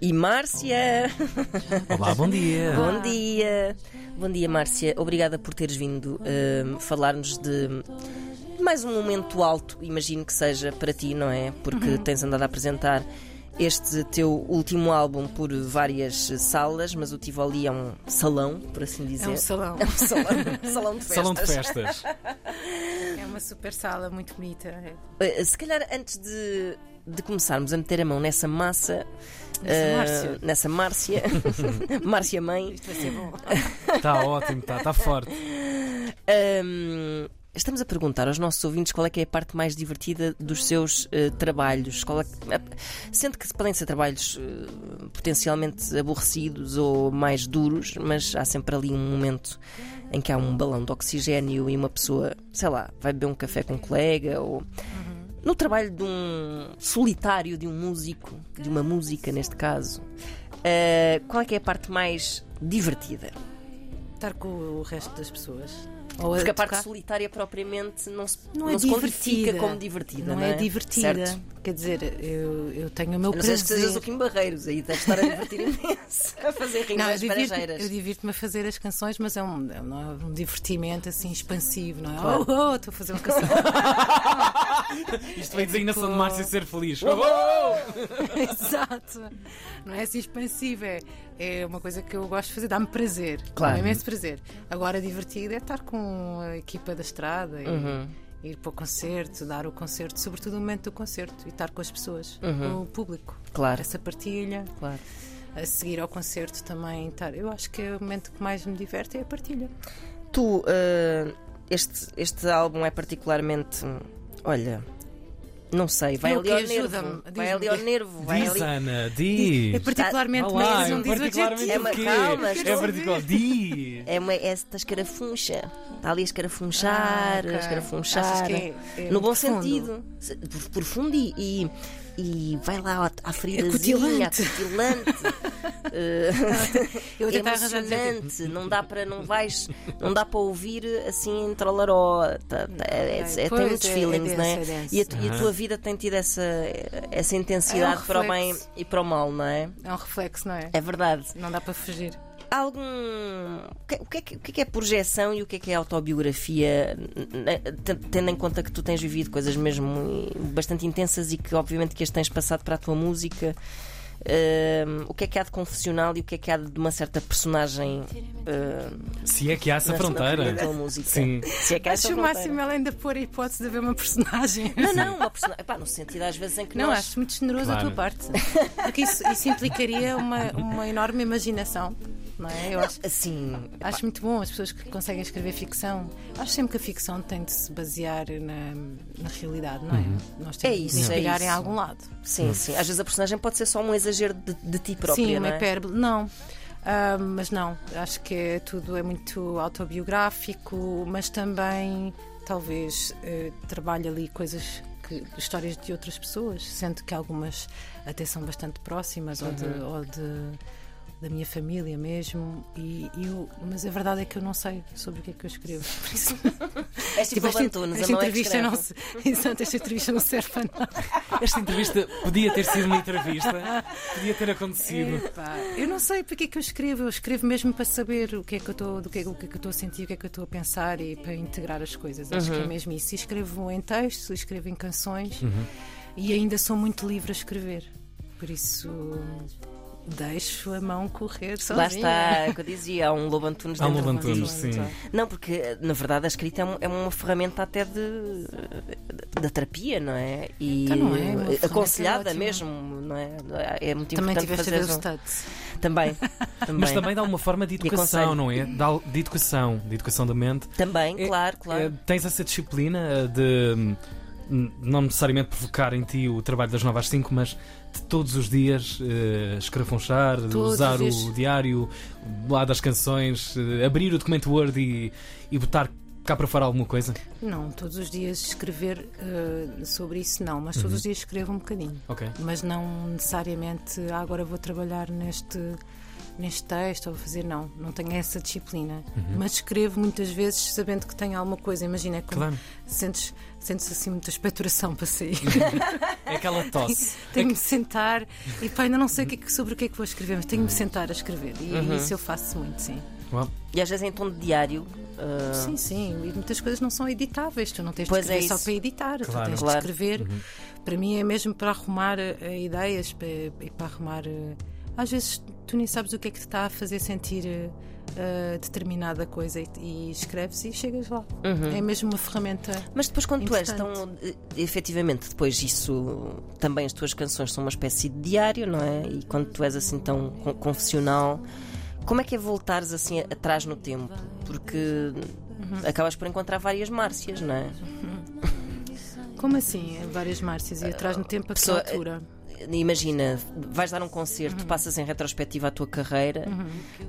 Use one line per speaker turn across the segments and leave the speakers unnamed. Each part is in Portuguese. e Márcia.
Olá, bom dia.
Bom dia. Bom dia, Márcia. Obrigada por teres vindo hum, falar-nos de mais um momento alto, imagino que seja para ti, não é?
Uhum.
Porque tens andado a apresentar este teu último álbum por várias eh, salas, mas o Tivoli é um salão, por assim dizer.
É um salão,
É um salão, salão de festas.
Salão de festas.
é uma super sala muito bonita. É-
Eh, Se calhar antes de, de começarmos a meter a mão nessa massa,
Nessa
eh,
Márcia.
nessa Márcia, Márcia Mãe,
Isto vai ser bom.
Está ótimo, está tá forte.
Hum, estamos a perguntar aos nossos ouvintes qual é que é a parte mais divertida dos seus eh, trabalhos. Qual é que- a- sendo que podem ser trabalhos eh, potencialmente aborrecidos ou mais duros, mas há sempre ali um momento em que há um balão de oxigênio e uma pessoa, sei lá, vai beber um café com um colega ou. No trabalho de um solitário, de um músico, de uma música neste caso, eh, qual é que é a parte mais divertida?
Estar com o resto das pessoas. Ou
Porque a
tocar.
parte solitária propriamente não se,
não,
não
é
se
divertida.
quantifica como divertida. Não,
Não, é, divertida.
Certo?
Quer dizer, eu, eu tenho o meu
A não ser que é sejas o
prazer.
Kim Barreiros, aí deve estar a divertir imenso, a fazer rimas
Não, eu
nas
divirto- eu
barajeiras.
divirto-me a fazer as canções, mas é um, é um- não é um divertimento assim expansivo, não é?
Claro.
Oh, oh, estou a fazer uma canção.
Isto foi a designação de Márcia ser feliz.
Exato. Não é assim expansiva. É, é uma coisa que eu gosto de fazer, dá-me prazer.
Claro.
Dá-me imenso prazer. Agora, divertido é estar com a equipa da estrada e
Uhum.
ir para o concerto, dar o concerto, sobretudo o momento do concerto e estar com as pessoas, com o público.
Uhum. Claro.
Essa partilha.
Claro.
A seguir ao concerto também estar. Eu acho que é o momento que mais me diverte é a partilha.
Tu, eh, este, este álbum é particularmente. hum, Olha, não sei, vai
Não,
ali
o
ao
quê?
nervo.
Ajuda-me,
Vai
diz-me
ali
o
ao
quê?
nervo, vai
Diz,
ali.
Ana,
É
diz.
particularmente
Vá lá,
mais um
é particularmente
adjetivo.
o quê?
É uma calma,
É
estou a
particular. Diz.
É uma, é esta escarafuncha. Está ali a escarafunchar,
Ah, ok.
a escarafunchar.
Achas que é- é
né? no bom
profundo?
sentido. Se- por- Profundo e, e, e vai lá à- à feridazinha,
É cutilante.
à cutilante. eh,
Eu vou tentar arranjar adjetivo.
emocionante. Não dá para, não vais, não dá para ouvir assim em trolaró. Tá- tá- é-
Hum, Ok,
é- é- tem
pois,
muitos
é- é
feelings,
denso,
não é?
é denso.
E, a, tu- e a tua vida tem tido essa, essa intensidade para o bem
reflexo.
e para o mal, não é?
É um reflexo, não é?
É verdade.
Não dá para fugir.
Há algum. O que, o que é, que- o que é que é projeção e o que é que é autobiografia, n- n- ten- tendo em conta que tu tens vivido coisas mesmo eh, bastante intensas e que, obviamente, que as tens passado para a tua música? Ahm, o que é que há de confessional e o que é que há de uma certa personagem ah,
Se é que há essa
na- na tua
fronteira.
música?
Sim.
Se é que há essa
Acho o
fronteira.
máximo ela ainda pôr a hipótese de haver uma personagem.
Não, não, uma personagem. Epá, no sentido, às vezes, em que
Não,
nós.
acho muito generoso
Claro.
a tua parte. Porque isso, isso implicaria uma, uma enorme imaginação, não é? Eu acho,
Assim.
acho muito bom as pessoas que conseguem escrever ficção. Acho sempre que a ficção tem de se basear na, na realidade, não é? Nós temos
É isso,
de
é
inspirar em
isso.
algum lado.
Sim, sim. Às vezes a personagem pode ser só um exagero de, de ti própria.
Sim,
não
uma
é?
hipérbole. Não. Ah, mas não, acho que é- tudo é muito autobiográfico, mas também talvez eh, trabalhe ali coisas, que- histórias de outras pessoas, sendo que algumas até são bastante próximas ou, de,
Uhum.
ou de- da minha família mesmo. E, e eu- mas a verdade é que eu não sei sobre o que é que eu escrevo. Por isso,
És tipo,
tipo,
o Bantunes,
esta
a mão é que
entrevista não
escreve.
se, exato, esta entrevista não serve para nada.
Esta entrevista podia ter sido uma entrevista. Podia ter acontecido.
Epá, eu não sei porque é que eu escrevo, eu escrevo mesmo para saber o que é que eu estou, do que é, o que é que eu estou a sentir, o que é que eu estou a pensar e para integrar as coisas. Acho
Uhum.
que é mesmo isso. E escrevo em texto, escrevo em canções e ainda sou muito livre a escrever. Por isso deixo a mão correr sozinha. Então,
Lá está, é o que eu dizia, há um Lobo Antunes
Há um
dentro
Lobo
de ti.
Antunes, sim.
Não, porque na verdade a escrita é um- é uma ferramenta até de da terapia, não é? E
Então não é, uma ferramenta
aconselhada
ótima.
mesmo, não é? É muito
Também
importante
tiveste a ver
fazer um-
o stat.
também, também,
Mas também dá uma forma de
E
educação,
aconselho.
não é? Dá- De educação, de educação da mente.
Também,
É-
claro, claro.
é, tens essa disciplina eh, de hum, n- não necessariamente provocar em ti o trabalho das 9 às 5, mas de todos os dias eh, escarafunchar, de
Todos
usar
os dias.
o diário lá das canções, eh, abrir o documento Word e, e botar cá para fora alguma coisa.
Não, todos os dias escrever eh, sobre isso não, mas
Uhum.
todos os dias escrevo um bocadinho.
Ok.
mas não necessariamente "Ah, agora vou trabalhar neste neste texto ou vou fazer, não, não tenho essa disciplina. Mas escrevo muitas vezes sabendo que tenho alguma coisa. Imagina, é como
Claro.
sentes, sentes assim muita expectoração para sair.
É aquela tosse.
tenho de me sentar e pá, ainda não sei o que é que- sobre o que é que vou escrever, mas tenho de me sentar a escrever. E isso eu faço muito, sim.
Uau.
E às vezes é em tom de diário. ah,
Sim, sim. E muitas coisas não são editáveis. Tu não tens
Pois
de escrever
é
só
isso.
para editar.
Claro.
Tu tens
Claro.
de escrever. Para mim é mesmo para arrumar eh, ideias para, e para arrumar. eh, Às vezes tu nem sabes o que é que te está a fazer sentir eh, eh, determinada coisa e, e escreves e chegas lá.
Uhum.
É mesmo uma ferramenta.
Mas depois, quando tu és tão.
Importante.
eh, Efetivamente, depois isso. Também as tuas canções são uma espécie de diário, não é? E quando tu és assim tão con- confessional, como é que é voltares assim a- atrás no tempo? Porque
Uhum.
acabas por encontrar várias Márcias, não é?
Como assim? Várias Márcias e atrás no tempo a que
Eh, pessoa-
altura?
Imagina, vais dar um
Uhum.
concerto, passas em retrospectiva a tua carreira,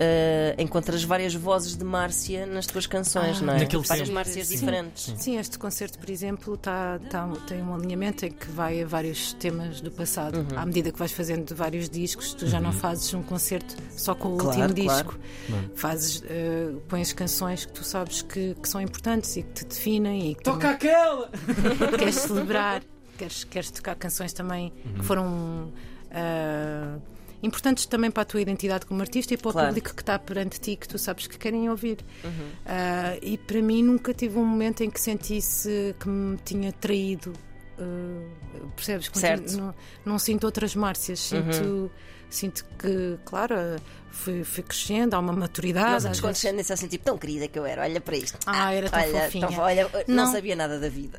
eh, encontras várias vozes de Márcia nas tuas canções, não é?
Naquele
várias
tempo.
Márcias
Sim,
diferentes.
Ah. Sim, este concerto, por exemplo, tá, tá- tem um alinhamento em que vai a vários temas do passado.
Uhum.
À medida que vais fazendo vários discos, tu já não fazes um concerto só com o
Claro,
último
claro.
disco. Fazes, eh, pões canções que tu sabes que, que são importantes e que te definem e que
Toca aquela!
também queres celebrar, queres, queres tocar canções também que foram. ah, Importantes também para a tua identidade como artista e para
Claro. Uhum.
o público que está perante ti, que tu sabes que querem ouvir. Ah, e para mim nunca tive um momento em que sentisse que me tinha traído. ah, percebes? Quando
Certo. Uhum.
eu Não, não sinto outras Márcias. Sinto, sinto que, claro, ah, fui, fui crescendo, há uma maturidade.
Nossa,
às vezes-
desconhecendo assim, tipo, tão querida que eu era, olha para isto.
Ah, era tão
Olha,
fofinha.
tão- olha, não
Não.
sabia nada da vida.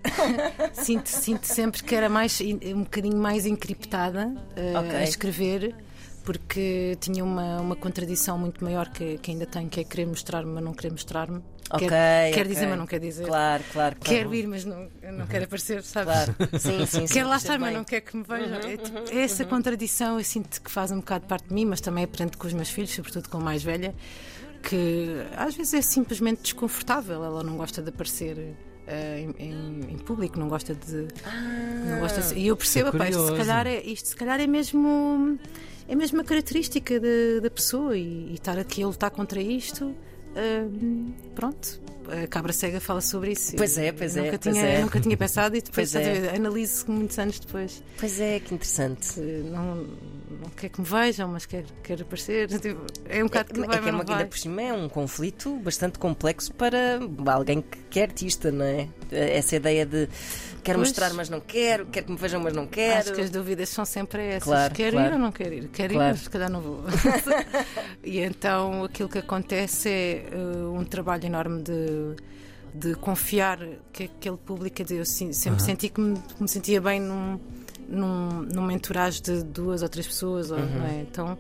Sinto, sinto sempre que era mais um bocadinho mais encriptada eh,
Ok.
a escrever porque tinha uma, uma contradição muito maior que, que ainda tenho, que é querer mostrar-me, mas não querer mostrar-me.
Ok,
quer
ok.
quer dizer, mas não quer dizer.
Claro, claro, Uhum. claro.
Quero ir, mas não, não quero aparecer, sabes?
Claro. Sim, sim, sim.
Quero lá estar, mas
percebo bem. Uhum,
não quero que me vejam. é, tipo, é essa contradição eu sinto que faz um bocado parte de mim, mas também aprendo com os meus filhos, sobretudo com a mais velha, que às vezes é simplesmente desconfortável. Ela não gosta de aparecer. eh, em, em- em público, não gosta de.
Ah.
Não gosta de- e eu percebo,
Isso é
pá, isto, se
curioso.
calhar é, isto se calhar é mesmo. É mesmo uma característica da, da pessoa e, e estar aqui a lutar contra isto. eh, pronto, a Cabra Cega fala sobre isso.
Pois é, pois
Eu
é,
Nunca
pois
tinha,
é.
nunca tinha pensado e depois
Pois é.
estás a ver, analiso muitos anos depois.
Pois é, que interessante.
que Um Não, não quer que me vejam, mas quer, quer aparecer. Tipo, É um
É,
bocado que vai,
é que é
mas
uma,
não vai.
ainda por cima é um conflito bastante complexo para alguém que, que é artista, não é? Eh, Essa ideia de quero
Pois.
mostrar, mas não quero, quero que me vejam, mas não
Acho
quero.
que as dúvidas são sempre essas.
Claro,
quero
claro.
ir ou não quero ir? Quero ir,
Claro.
mas se calhar não vou. e então aquilo que acontece é eh, um trabalho enorme de, de confiar que aquele público, quer dizer, eu sim- sempre senti que me, que me sentia bem num, num, numa entourage de duas ou três pessoas, ou- não é? Então.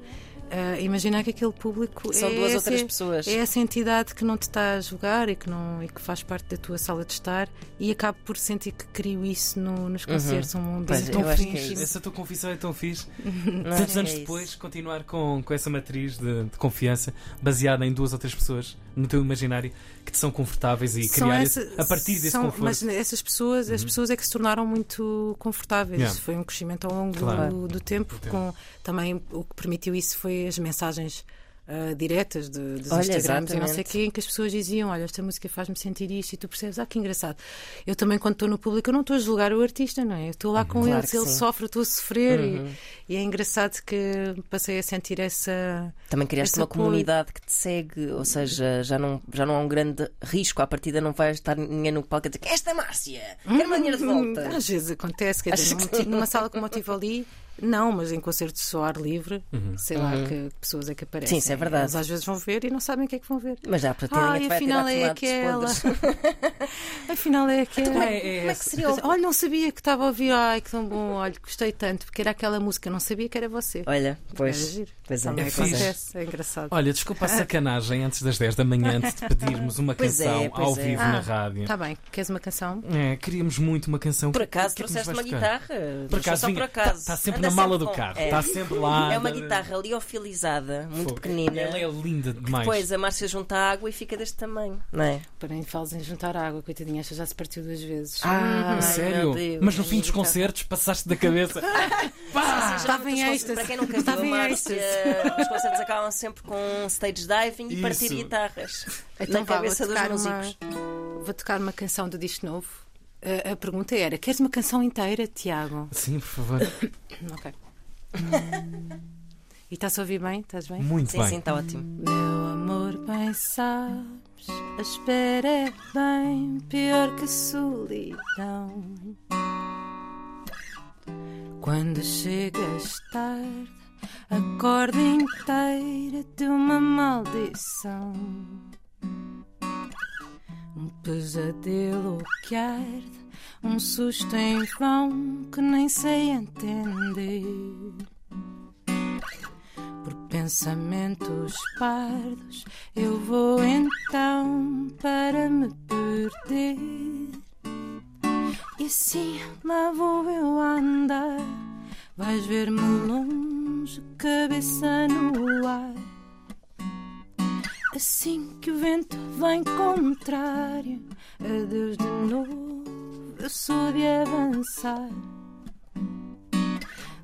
eh, imaginar que aquele público
Uhum. São
é
duas ou
essa-
três pessoas.
é essa entidade que não te está a julgar e que, não, e que faz parte da tua sala de estar e acabo por sentir que crio isso no- nos concertos, um ambiente
Pois,
tão
eu acho que é
preenchido.
Essa tua confissão é tão fixe.
Não é?
Tantos
É
anos
isso.
depois, continuar com, com essa matriz de, de confiança baseada em duas ou três pessoas no teu imaginário que te são confortáveis e
São
criar
essa-
esse- a partir desse
são-
conforto. Uhum.
Mas essas pessoas, as pessoas é que se tornaram muito confortáveis.
Yeah.
Isso foi um crescimento ao longo
Claro.
do, do tempo. Com, também o que permitiu isso foi as mensagens. ah, diretas de, dos
Olha,
Instagrams e não sei o
exatamente.
quê, em que as pessoas diziam: Olha, esta música faz-me sentir isto, e tu percebes, ah, que engraçado. Eu também, quando estou no público, eu não estou a julgar o artista, não é? Eu estou
Uhum.
lá com
Claro
eles,
que
ele
sim.
sofre, eu estou a sofrer, e- e, é engraçado que passei a sentir essa.
Também criaste
Esse
uma
apoio.
comunidade que te segue, ou seja, já não, já não há um grande risco. À partida não vai estar ninguém no palco a dizer esta é Márcia, quero uma dinheiro de volta.
Uhum. Às vezes acontece, quer dizer,
Acho
num- numa sala como eu tive ali, não, mas em concertos ao ar livre, sei lá que pessoas é que aparecem.
Uhum. Sim, isso é verdade.
Eles às vezes vão ver e não sabem o que é que vão ver.
Mas já para ti
Ai,
ninguém te vai
afinal
tirar
é
tomates
aquela.
podres.
afinal é aquela.
é, é,
Como é que seria o-
Olha, não sabia que estava a ouvir, ai que tão bom, olha, gostei tanto, porque era aquela música, não sabia que era você.
Olha,
Era
pois.
giro.
Pois é,
Também
É
pois é.
fixe.
acontece, é engraçado.
Olha, desculpa a sacanagem antes das 10 da manhã, antes de pedirmos uma
Ah. Pois é,
canção
pois
ao
é.
vivo na
Ah,
rádio.
Tá bem, queres uma canção?
É, queríamos muito uma canção.
Por
O que- o
acaso
que é que nos
trouxeste
vais
uma
tocar?
guitarra?
Por
Mas
acaso,
só por
vinha-
acaso.
Está sempre
Anda
na mala do
com-
carro.
É.
Está sempre lá.
É uma guitarra liofilizada, muito
Fogo.
pequenina.
Ela é linda demais.
Depois a Márcia junta a água e fica deste tamanho, não é?
Porém, falas em juntar água, coitadinha, esta já se partiu duas vezes.
Ah,
Ai,
sério?
meu Deus, é
Mas no fim dos
amiga.
concertos passaste da cabeça.
Ou
Pá!
seja,
Estava Ah, em
muitos
êxtase.
concertos- Para quem nunca
Estava
viu
em
a Márcia, os concertos acabam sempre com um stage diving e partir
Isso.
guitarras.
Então
na
vá,
cabeça
vou
dos
tocar
músicos.
Uma... Vou tocar uma canção do disco novo. Eh, A, a pergunta era: queres uma canção inteira, Tiago?
Sim, por favor.
Ok. e está-se a ouvir bem? Estás bem?
Muito
Sim,
bem.
sim, está ótimo.
Meu amor, bem sabes, a espera é bem pior que solidão. Quando chegas tarde, acorda inteira de uma maldição. Um pesadelo que arde, um susto em vão que nem sei entender por pensamentos pardos. Eu vou então para me perder. E assim lá vou eu andar. Vais ver-me longe, cabeça no ar. Assim que o vento vem contrário, adeus de novo. Eu sou de avançar.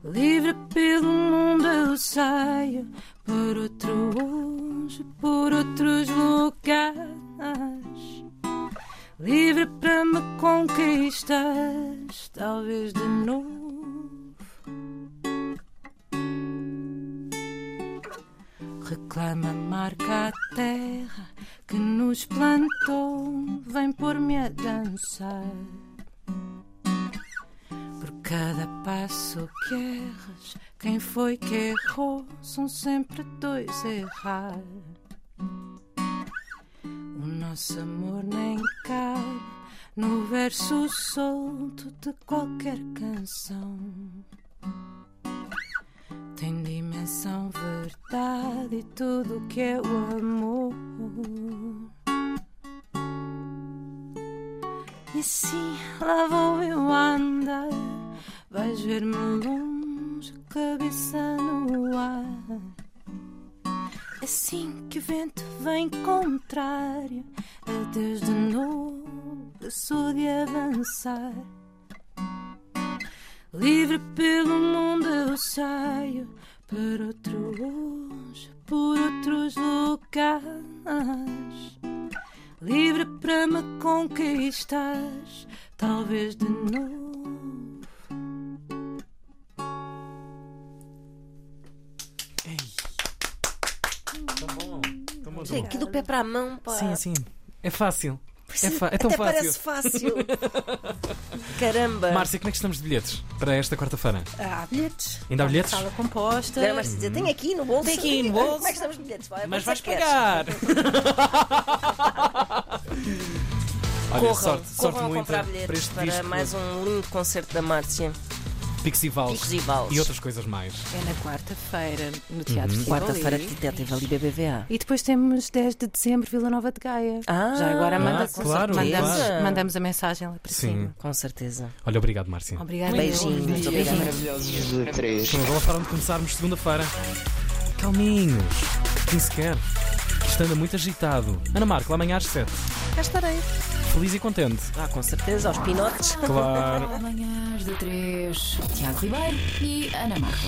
Livre pelo mundo eu saio Por outro hoje, por outros lugares Livre para me conquistar Talvez de novo Reclama a marca a terra Que nos plantou Vem pôr-me a dançar por cada passo que erras, quem foi que errou são sempre dois a errar. O nosso amor nem cabe no verso solto de qualquer canção. Tem dimensão verdade e tudo o que é o amor. E assim lá vou eu andar. Vais ver-me longe, cabeça no ar. Assim que o vento vem contrário, adeus de novo, eu sou de avançar. Livre pelo mundo eu saio, para outro hoje, por outros lugares. Livre para me conquistar, talvez de novo.
Tão bom. Tão bom, tão
Aqui do pé para a mão, pá.
Sim, sim. É fácil. É, fa- é tão
Até
fácil.
parece fácil. Caramba.
Márcia, como é que estamos de bilhetes para esta quarta-feira?
Há bilhetes.
Ainda há bilhetes?
Sala composta.
Era mais dizer, tem aqui no bolso.
Tem aqui no bolso.
Como é que estamos bilhetes? Vai,
Mas
avança,
vais
queres?
pagar! Olha,
Corram,
sorte, sorte
corram a
muito
comprar
para
bilhetes
este
para,
disco,
mais um lindo concerto da Márcia.
Pixie Vals
Picos e vales.
e outras coisas mais.
É na quarta-feira, no
Uhum.
Teatro Tivoli.
Quarta-feira, Tita teve ali BBVA.
E depois temos 10 de dezembro, Vila Nova de Gaia.
Ah,
Já agora manda
ah, claro,
mandamos,
claro.
mandamos a mensagem lá para
Sim.
cima.
Com certeza.
Olha, obrigado, Márcia.
Obrigada.
Beijinhos,
Beijinho.
obrigada.
Então agora para onde começarmos segunda-feira. Calminhos, quem sequer. Isto anda muito agitado. Ana Marco, amanhã às 7.
Cá estarei.
Feliz e contente.
Ah, com certeza, aos pinotes.
Claro.
Manhãs de 3, Tiago Ribeiro e Ana Marta.